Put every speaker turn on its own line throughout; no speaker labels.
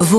Vous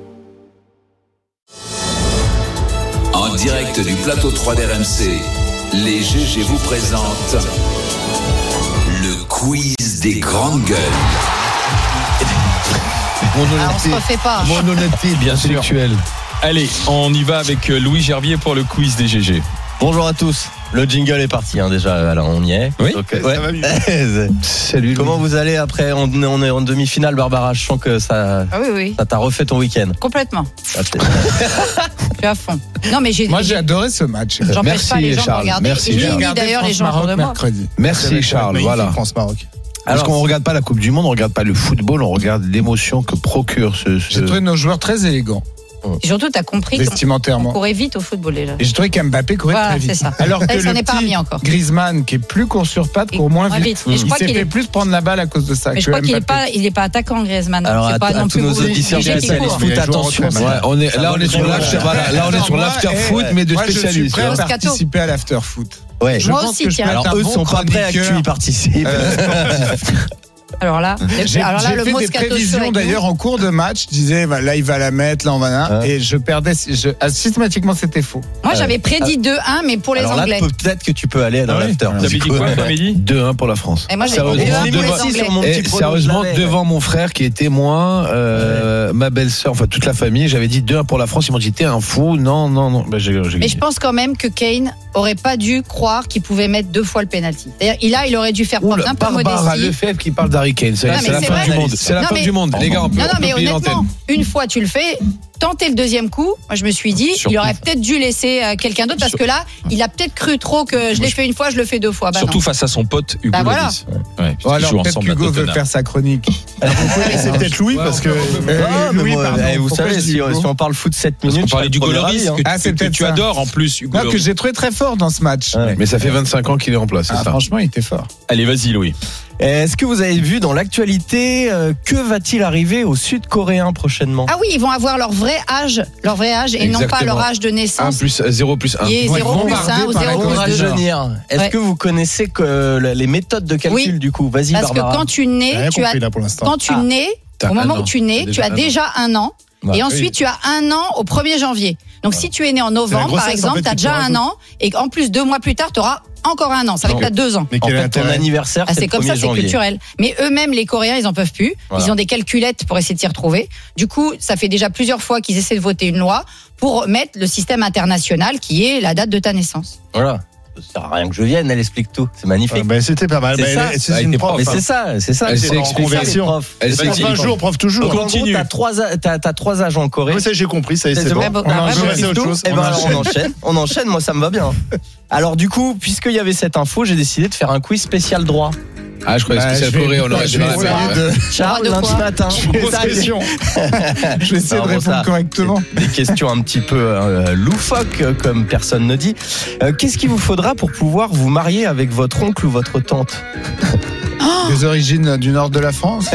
En direct du plateau 3 d'RMC, les GG vous présentent le quiz des grandes gueules.
Mon honnêteté,
Ah, on se refait pas.
mon honnêteté
Bien sûr.
intellectuelle.
Allez, on y va avec euh, Louis Gervier pour le quiz des GG.
Bonjour à tous. Le jingle est parti hein, déjà, alors on y est.
Oui.
Donc, euh,
Ça va
ouais.
Salut.
Comment vous allez après on, est- on est en demi-finale, Barbara. Je sens que ça
Ah oui, oui,
ça t'a refait ton week-end.
complètement.
Ah, t'es-
Je suis à fond. Non, mais j'ai.
Moi, j'ai adoré ce match.
J'empêche
Merci,
pas les gens
Charles.
de regarder.
Merci,
Et j'ai
Charles.
mis d'ailleurs les gens autour de
Maroc
moi.
mercredi.
Merci Charles. Voilà.
France-Maroc.
Parce
Alors,
qu'on ne regarde pas la Coupe du Monde, on ne regarde pas le football, on regarde l'émotion que procure ce. ce-
J'ai trouvé nos joueurs très élégants,
Et surtout, t'as compris qu'on on
vestimentairement.
courait vite au football déjà.
Et j'ai trouvé qu'Mbappé courait
Voilà,
très
c'est
vite.
ça.
Alors que
Ça, il s'en
le
est pas
petit
remis encore.
Griezmann, qui est plus court sur patte,
Il
court moins
court
vite.
vite. Et je
Il
crois
s'est
qu'il
fait
est-
plus prendre la balle à cause de ça.
Mais je
que
crois qu'il n'est
Mbappé.
pas, il est pas attaquant, Griezmann.
alors
C'est
à,
pas
à
non
tous
plus
nos
obligé
auditeurs
qu'il
qui
court.
les
Mais
foot,
les joueurs
attention.
retraités.
Ouais, on est,
Là, on est sur
Ouais.
l'after, voilà, là, on est
Attends,
sur
moi,
l'after
eh,
foot, mais de
moi, Je suis
spécialistes.
prêt à
Grosse cato.
participer à l'after foot.
Ouais.
Je
Moi
pense
aussi,
que je peux
tiens.
être
Alors
un
eux
bon
sont pas prêts à que
chroniqueur.
tu y participes.
Alors là,
J'ai
alors là
j'ai
le
fait des
Moscato Show avec
prévisions
nous.
d'ailleurs en cours de match. Je disais, bah, là, il va la mettre, là, on va là.
Hein.
Et je perdais. je- ah, systématiquement, c'était faux.
Moi, j'avais prédit 2-1, mais pour les
alors là,
Anglais.
peut-être que tu peux aller dans
Ah oui.
l'after.
T'as dit quoi, toi, Mehdi
2-1 pour la France.
Et moi, j'ai
Sérieusement,
prédit 2-1 pour les
devant-
Anglais.
mon Ah
Et Eh, sérieusement, devant mon frère qui est témoin, euh, ma belle-sœur, enfin toute la famille, j'avais dit 2-1 pour la France. Ils m'ont dit T'es un fou Non, non, non. Ben, j'ai- j'ai
Mais
gagné.
je pense quand même que Kane aurait pas dû croire qu'il pouvait mettre deux fois le penalty. D'ailleurs, il a, il aurait dû faire preuve
Oula,
d'un peu de
Barbara
modestie.
Lefebvre qui parle d'Harry Kane. Ça y est,
Non,
C'est
mais
la
c'est
fin
vrai.
du monde. C'est la
Non,
fin
mais- Oh.
du monde. Les gars, on peut
Non, non,
on peut
mais
plier l'antenne.
honnêtement, une fois tu le fais, tenter le deuxième coup, moi je me suis dit,
Surtout-
il aurait peut-être dû laisser euh, quelqu'un d'autre parce que là, il a peut-être cru trop que je l'ai fait une fois, je le fais deux fois. Bah
Surtout
non.
face à son pote Hugo
Bah voilà.
Lloris. Ouais,
Bon,
ils
alors,
jouent
peut-être
ensemble à
qu'Hugo veut
Tottenham.
faire sa chronique.
C'est peut-être Louis
parce que-
Euh,
Ah, mais
Louis,
moi,
pardon,
eh, vous
pourquoi
savez,
je dis
si,
Hugo
si on parle foot 7
Parce
minutes,
qu'on
je
parlait
suis
d'Hugo
le premier
Lloris,
ravi,
que,
hein.
Ah, c'est
que
peut-être
tu
ça.
adores en plus, Hugo
Non, que
Lloris.
j'ai trouvé très fort dans ce match.
Ouais.
Mais ça fait 25 ans qu'il est en place, c'est
Ah,
ça.
franchement, il était fort.
Allez, vas-y, Louis.
Est-ce que vous avez vu dans l'actualité euh, que va-t-il arriver aux Sud-Coréens prochainement
Ah oui, ils vont avoir leur vrai âge, leur vrai âge et non pas
Exactement.
leur âge de
1
naissance.
plus 0 plus 1.
Il est
Ils vont être
0 plus 1 ou
bombardés par la
0
Pour
cause
plus 2.
rajeunir, est-ce
Ouais.
que vous connaissez que la- les méthodes de calcul
Oui.
du coup Vas-y,
Parce que
Barbara.
quand tu nais, tu as,
là pour l'instant.
quand tu
Ah.
nais,
T'as
au
un
moment
an.
où tu nais,
T'as
tu as déjà un an.
Bah,
et ensuite, tu as un an au 1er janvier. Donc, si tu es né en novembre,
grossesse,
par exemple,
en fait,
tu as
que tu
déjà un an. Et en plus, deux mois plus tard, tu auras encore un an. Ça fait que tu as deux ans.
Mais
En fait, ton anniversaire,
Ah,
c'est
c'est
le
comme
1er
ça, c'est
janvier.
culturel. Mais eux-mêmes, les Coréens, ils en peuvent plus.
Voilà.
Ils ont des calculettes pour essayer de s'y retrouver. Du coup, ça fait déjà plusieurs fois qu'ils essaient de voter une loi pour mettre le système international qui est la date de ta naissance.
Voilà. Ça sert à rien que je vienne, elle explique tout. C'est
Ah,
magnifique.
ben,
c'était pas
Ah,
mal.
C'est Mais ça. Bah, elle-
bah, c'est une prof,
Mais
hein.
c'est ça, c'est ça.
Elle
c'est
s'est
en
expliquée.
conversion. Prof.
Elle
C'est
s'est
pas
expliquée.
prof.
prof
Donc
hein.
toujours.
en gros,
Continue.
t'as trois, a- t'as- t'as trois âges en Corée.
ça, j'ai compris. Ça,
C'est bon.
Ah, bon,
On
ah,
en
ouais,
joue,
ouais.
c'est autre chose.
Eh ben,
On
alors,
enchaîne.
on enchaîne. On enchaîne, moi ça me va bien. Alors du coup, puisqu'il y avait cette info, j'ai décidé de faire un quiz spécial droit.
Ah, je croyais
Bah,
spécial
je vais-
Corée, on aurait
je
dû
vais
la
essayer
mettre.
de-
Charles,
Droit de
lundi
quoi
matin.
Grosse
Ça y est.
question. Je vais essayer
Non,
de
bon,
répondre
ça,
correctement.
des questions un petit peu euh, loufoques, euh, comme personne ne dit. Euh, Qu'est-ce qu'il vous faudra pour pouvoir vous marier avec votre oncle ou votre tante
Des origines du nord de la France.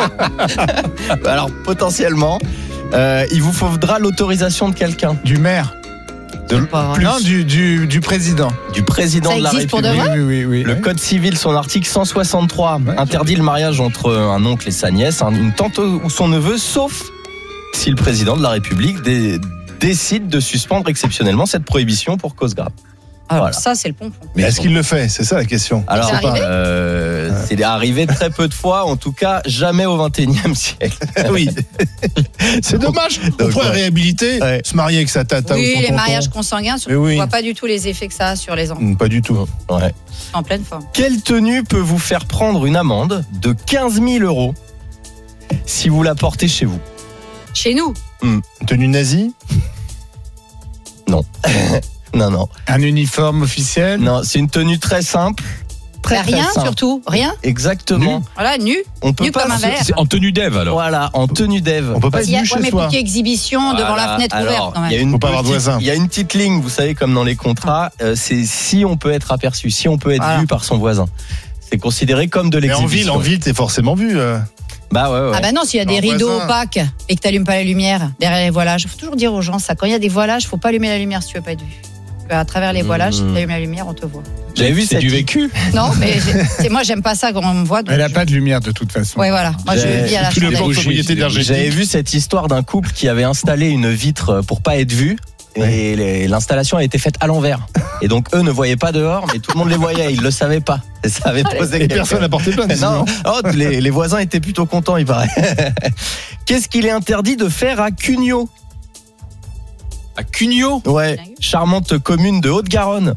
Euh, Alors potentiellement, euh, il vous faudra l'autorisation de quelqu'un,
Du maire. Non, du, du, du président.
du président
Ça
de la
existe
République.
pour de vrai
oui, oui, oui.
Le
oui.
Code civil, son article 163,
Ouais.
interdit le mariage entre un oncle et sa nièce, un- une tante ou son neveu, sauf si le président de la République dé- décide de suspendre exceptionnellement cette prohibition pour cause grave.
Alors,
Voilà.
Ça, c'est le pompon.
Mais est-ce qu'il le fait C'est ça la question.
Alors,
C'est arrivé
euh, c'est arrivé très peu de fois, en tout cas jamais au 21e siècle. oui.
C'est dommage. On
Donc,
pourrait
ouais.
réhabiliter,
Ouais.
se marier avec sa tata ou
Oui,
son
les
tonton.
mariages consanguins, surtout,
Mais oui.
on voit pas du tout les effets que ça a sur les enfants
Hum, Pas du tout.
Ouais.
en pleine forme.
Quelle tenue peut vous faire prendre une amende de 15 000 euros si vous la portez chez vous
Chez nous,
Tenue nazie
Non, non, non.
Un uniforme officiel.
Ah
Non, c'est une tenue très simple. très,
Bah,
très
rien
simple.
surtout, rien.
Exactement.
Voilà, nu.
On peut
Nu
pas
comme un
se-
verre.
C'est en tenue d'Ève alors.
Voilà, en tenue d'Ève.
On peut pas
Il y a
être nu
ouais,
chez
mais
soi.
plus exhibition devant
Voilà.
la fenêtre
Alors,
ouverte quand
Il y, a
même.
une
Faut pas avoir de
petite-
voisins.
il y a une petite ligne, vous savez, comme dans les contrats, euh, c'est si on peut être aperçu, si on peut être
Voilà.
vu par son voisin. C'est considéré comme de
Mais en
l'exhibition.
ville, en ville, t'es forcément vu. euh.
Bah ouais, ouais.
Ah bah non, s'il y a des
Leur
rideaux
voisin.
opaques et que t'allumes pas la lumière derrière les voilages, faut toujours dire aux gens ça. Quand il y a des voilages, faut pas allumer la lumière si tu veux pas être vu. Parce qu'à travers les
Mmh.
voilages, si t'allumes la lumière, on te voit.
J'avais vu
C'est
cette
du vécu.
Non, mais j'ai- c'est- moi j'aime pas ça quand on me voit. donc
Elle n'a
je-
pas de lumière de toute façon.
Ouais voilà, moi je
J'ai-
vis à la
Tous les
chandelle.
plans de propriété d'Argentine.
J'avais vu cette histoire d'un couple qui avait installé une vitre pour pas être vu. Et les- l'installation a été faite à l'envers. Et donc eux ne voyaient pas dehors, mais tout le monde les voyait. Ils le savaient pas.
Ah,
Et ça avait posé
Et
quelques-
personne n'a porté plainte.
Non, oh, les, les voisins étaient plutôt contents, il paraît. Qu'est-ce qu'il est interdit de faire à Cugno
À Cugno.
Ouais, charmante commune de Haute-Garonne.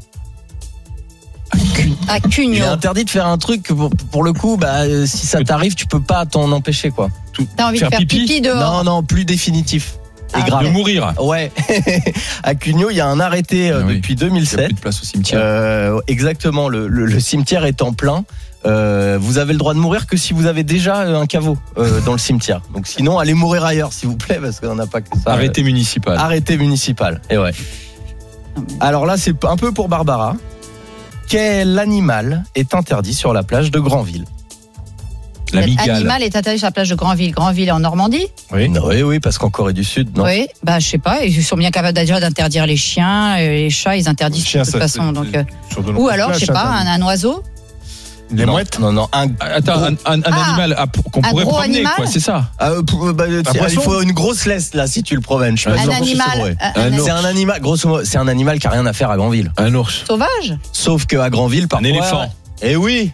À
Il est
Cugno.
interdit de faire pour, pour le coup, bah, euh, si ça t'arrive, tu peux pas t'en empêcher, quoi.
T'as envie de
faire
faire
pipi
pipi
Non,
dehors.
non, plus définitif. Et
Ah,
De
grave.
mourir.
Ouais. à Cugno, il y a un arrêté euh,
Ah oui.
depuis
Il y a
2007.
plus de place au cimetière.
Euh, exactement, le, le- le cimetière étant plein, euh, vous avez le droit de mourir que si vous avez déjà euh, un caveau euh, dans le cimetière. Donc sinon, allez mourir ailleurs, s'il vous plaît, parce qu'on n'a pas que ça.
Arrêté municipal.
Arrêté municipal. Et ouais. Alors là, c'est un peu pour Barbara. Quel animal est interdit sur la plage de Granville
La
Cet
migale.
animal est interdit sur la plage de Grandville. Grandville en Normandie.
Oui, oui, oui parce qu'en Corée du Sud, non.
Oui. Bah je sais pas. Ils sont bien capables déjà d'interdire les chiens, euh, les chats. Ils interdisent
Chien,
de toute
ça,
façon.
c'est-
Donc euh,
Sur de
ou
nombreuses
alors je sais
plages,
pas
hein,
un, un oiseau.
Les
non,
mouettes
Non, non, un-
Attends, un, un- un
Ah.
animal à- qu'on
Un
pourrait
gros
promener,
animal
quoi, c'est ça.
euh, pour- bah, tiens, il
poisson
faut une grosse laisse là si tu le promènes. Je suis pas
Un
sûr que ce soit vrai.
animal. euh, un- un
C'est un animal, grosso modo, c'est un animal qui a rien à faire à Granville.
Un ours.
sauvage
Sauf qu'à Granville,
Un
parfois.
éléphant.
Eh oui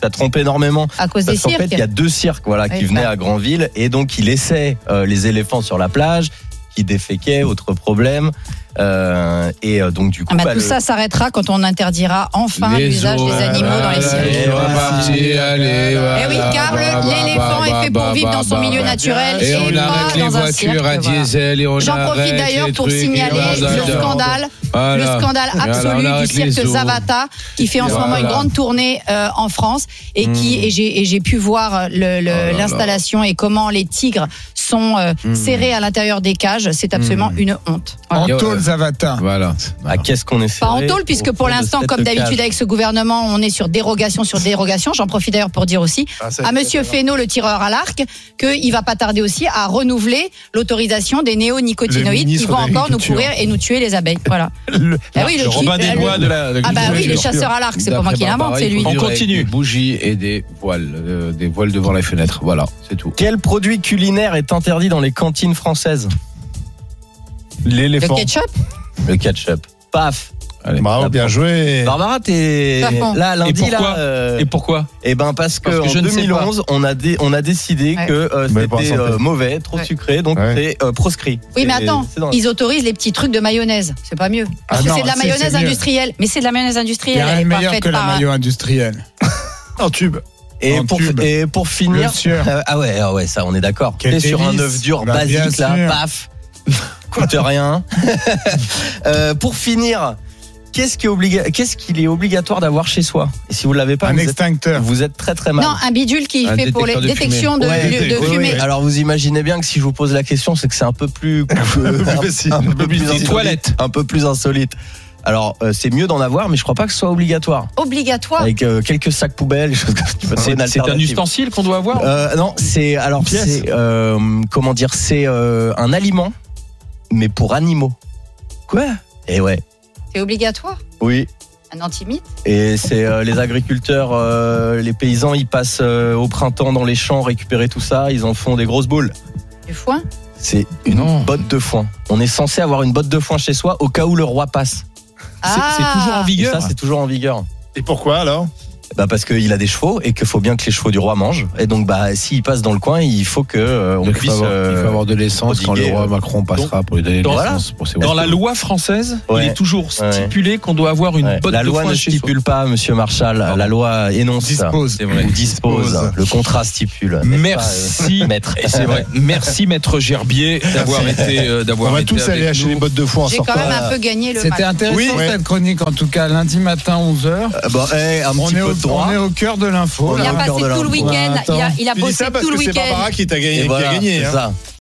Ça trompe énormément.
à cause des
Parce qu'en fait,
cirques.
il y a deux cirques voilà, qui
Oui,
venaient
ça.
à Granville et donc il laissait euh, les éléphants sur la plage, qui déféquaient, autre problème. Euh, et euh, donc, du coup,
Ah bah,
bah,
tout
le-
ça s'arrêtera quand on interdira enfin l'usage des animaux
Ah,
dans les cirques.
Et voilà.
Ah.
Eh oui, car
bah,
le- l'éléphant est fait pour vivre dans son milieu naturel
Et
et
on
pas
arrête les
dans un cirque.
voitures à
voilà.
diesel et on
J'en
arrête
profite d'ailleurs
les
pour
trucs, et
signaler
voilà.
le scandale, le
Voilà.
scandale
Voilà,
absolu
on arrête
du
les
cirque
zoos.
Zavata qui fait en ce
Voilà. Hmm.
moment une grande tournée euh, en France et qui et j'ai et j'ai pu voir le-
Oh là
le-
là. Hmm.
l'installation et comment les tigres sont euh, serrés à l'intérieur des cages. C'est absolument une honte. Voilà.
En
Ouais.
tôle Zavata.
Voilà.
ah, qu'est-ce qu'on est
Pas en
serré
tôle, puisque
au
pour
fond de
l'instant,
cette
comme d'habitude
cage.
avec ce gouvernement, on est sur dérogation sur dérogation. J'en profite d'ailleurs pour dire aussi
Ah, ça,
à Monsieur Fesneau, le tireur à l'arc, qu'il va pas tarder aussi à renouveler l'autorisation des
Le
néonicotinoïdes qui
ministre
vont
de
encore nous
l'Agriculture.
courir et nous tuer les abeilles. Voilà. Ah oui,
Le
qui-
Robin des
le-
Bois de la. de
Ah bah oui,
l'agriculture.
les chasseurs à l'arc, c'est pas moi qui l'invente, c'est lui.
On
On
continue.
continue. Des bougies et des voiles, euh, des voiles devant les fenêtres. Voilà, c'est tout.
Quel produit culinaire est interdit dans les cantines françaises
Le
L'éléphant.
ketchup
Le ketchup. Paf Bah,
Bah,
Ah,
Bravo, bien joué.
Barbara, t'es
Parfond.
là lundi
Et pourquoi
là. euh,
Et pourquoi
Eh ben parce que,
Parce que
en
je ne sais
2011, on a dé- on a décidé
Ouais.
que euh,
Mais pour la
c'était
santé.
euh, mauvais, trop
Ouais.
sucré, donc
Ouais.
c'est euh, proscrit.
Oui, mais
C'est-
attends,
c'est dans-
ils autorisent les petits trucs de mayonnaise. C'est pas mieux. Parce
Ah
que
non,
c'est de la
c'est-
mayonnaise
c'est mieux.
industrielle. Mais c'est de la mayonnaise
Il n'y
industrielle.
a
Elle
rien de
est pas
meilleur
faite
que la
par.
maillot industrielle.
En tube.
et
en
pour
tube.
et pour
Bien
finir,
sûr.
euh, ah ouais, ah ouais, ça, on est d'accord.
Quel
T'es sur un
délice.
œuf dur
Bah, bien
basique là,
sûr.
paf, coûte rien. Euh, pour finir, qu'est-ce qui est obliga- qu'est-ce qu'il est obligatoire d'avoir chez soi Et si vous l'avez pas,
Un
vous êtes,
extincteur.
vous êtes très très mal.
Non, un bidule qui
Un
fait pour les
détecteur de fumée.
détections de,
Ouais,
de- de
oui, oui.
fumée.
Alors vous imaginez bien que si je vous pose la question, c'est que c'est un peu plus
facile.
un peu plus
Des
insolite.
toilettes.
un peu plus insolite. Alors euh, c'est mieux d'en avoir, mais je crois pas que ce soit obligatoire.
Obligatoire.
Avec euh, quelques sacs poubelles, des choses comme ça, tu vois, c'est une
C'est c'est un
alternative.
ustensile qu'on doit avoir
Euh, non, c'est alors
Pièce.
c'est euh, comment dire, c'est euh, un aliment, mais pour animaux. Quoi Et ouais,
C'est obligatoire.
oui.
Un antimite.
Et c'est euh, les agriculteurs, euh, les paysans, ils passent euh, au printemps dans les champs récupérer tout ça, ils en font des grosses boules.
Du foin.
C'est une
Non.
botte de foin. On est censé avoir une botte de foin chez soi au cas où le roi passe.
C'est- C'est toujours en
Ah.
Et
vigueur.
ça, c'est toujours en vigueur.
Et pourquoi alors
Bah parce qu'il a des chevaux et qu'il faut bien que les chevaux du roi mangent. Et donc, bah, s'il passe dans le coin, il faut que euh, on
Donc, il,
puisse.
faut avoir, il
euh,
faut avoir de l'essence quand le
prodiguer,
roi
euh,
Macron passera pour lui donner de
dans-
l'essence. pour ses
Dans
voitures.
la loi française,
Ouais.
il est toujours
Ouais.
stipulé qu'on doit avoir une
euh, ouais.
botte
La
de
loi
foin
ne
chez soi.
stipule pas, Monsieur Marshall. La loi énonce
Dispose.
C'est vrai.
ou dispose.
Dispose.
Le contrat stipule. n'est-ce
Merci.
pas, euh, maître.
Et c'est vrai. Merci Maître Gerbier d'avoir été euh,
On
d'avoir
va
été
tous aller
avec
acheter
nous.
les bottes de foin en
J'ai quand
sortant.
même un peu gagné le match.
C'était intéressant
Oui.
cette chronique en tout cas lundi matin 11h.
Euh, Bon, eh, un
On
petit
est
peu
au
le droit.
On est au cœur de l'info.
On
Il
Oh
là.
a
le
passé
cœur de
tout le
l'info.
week-end, il a, il a
Tu dis
bossé
ça parce
tout le
que c'est
week-end.
Barbara qui t'a gagné,
Et
qui a
voilà,
gagné,
c'est
hein.
ça.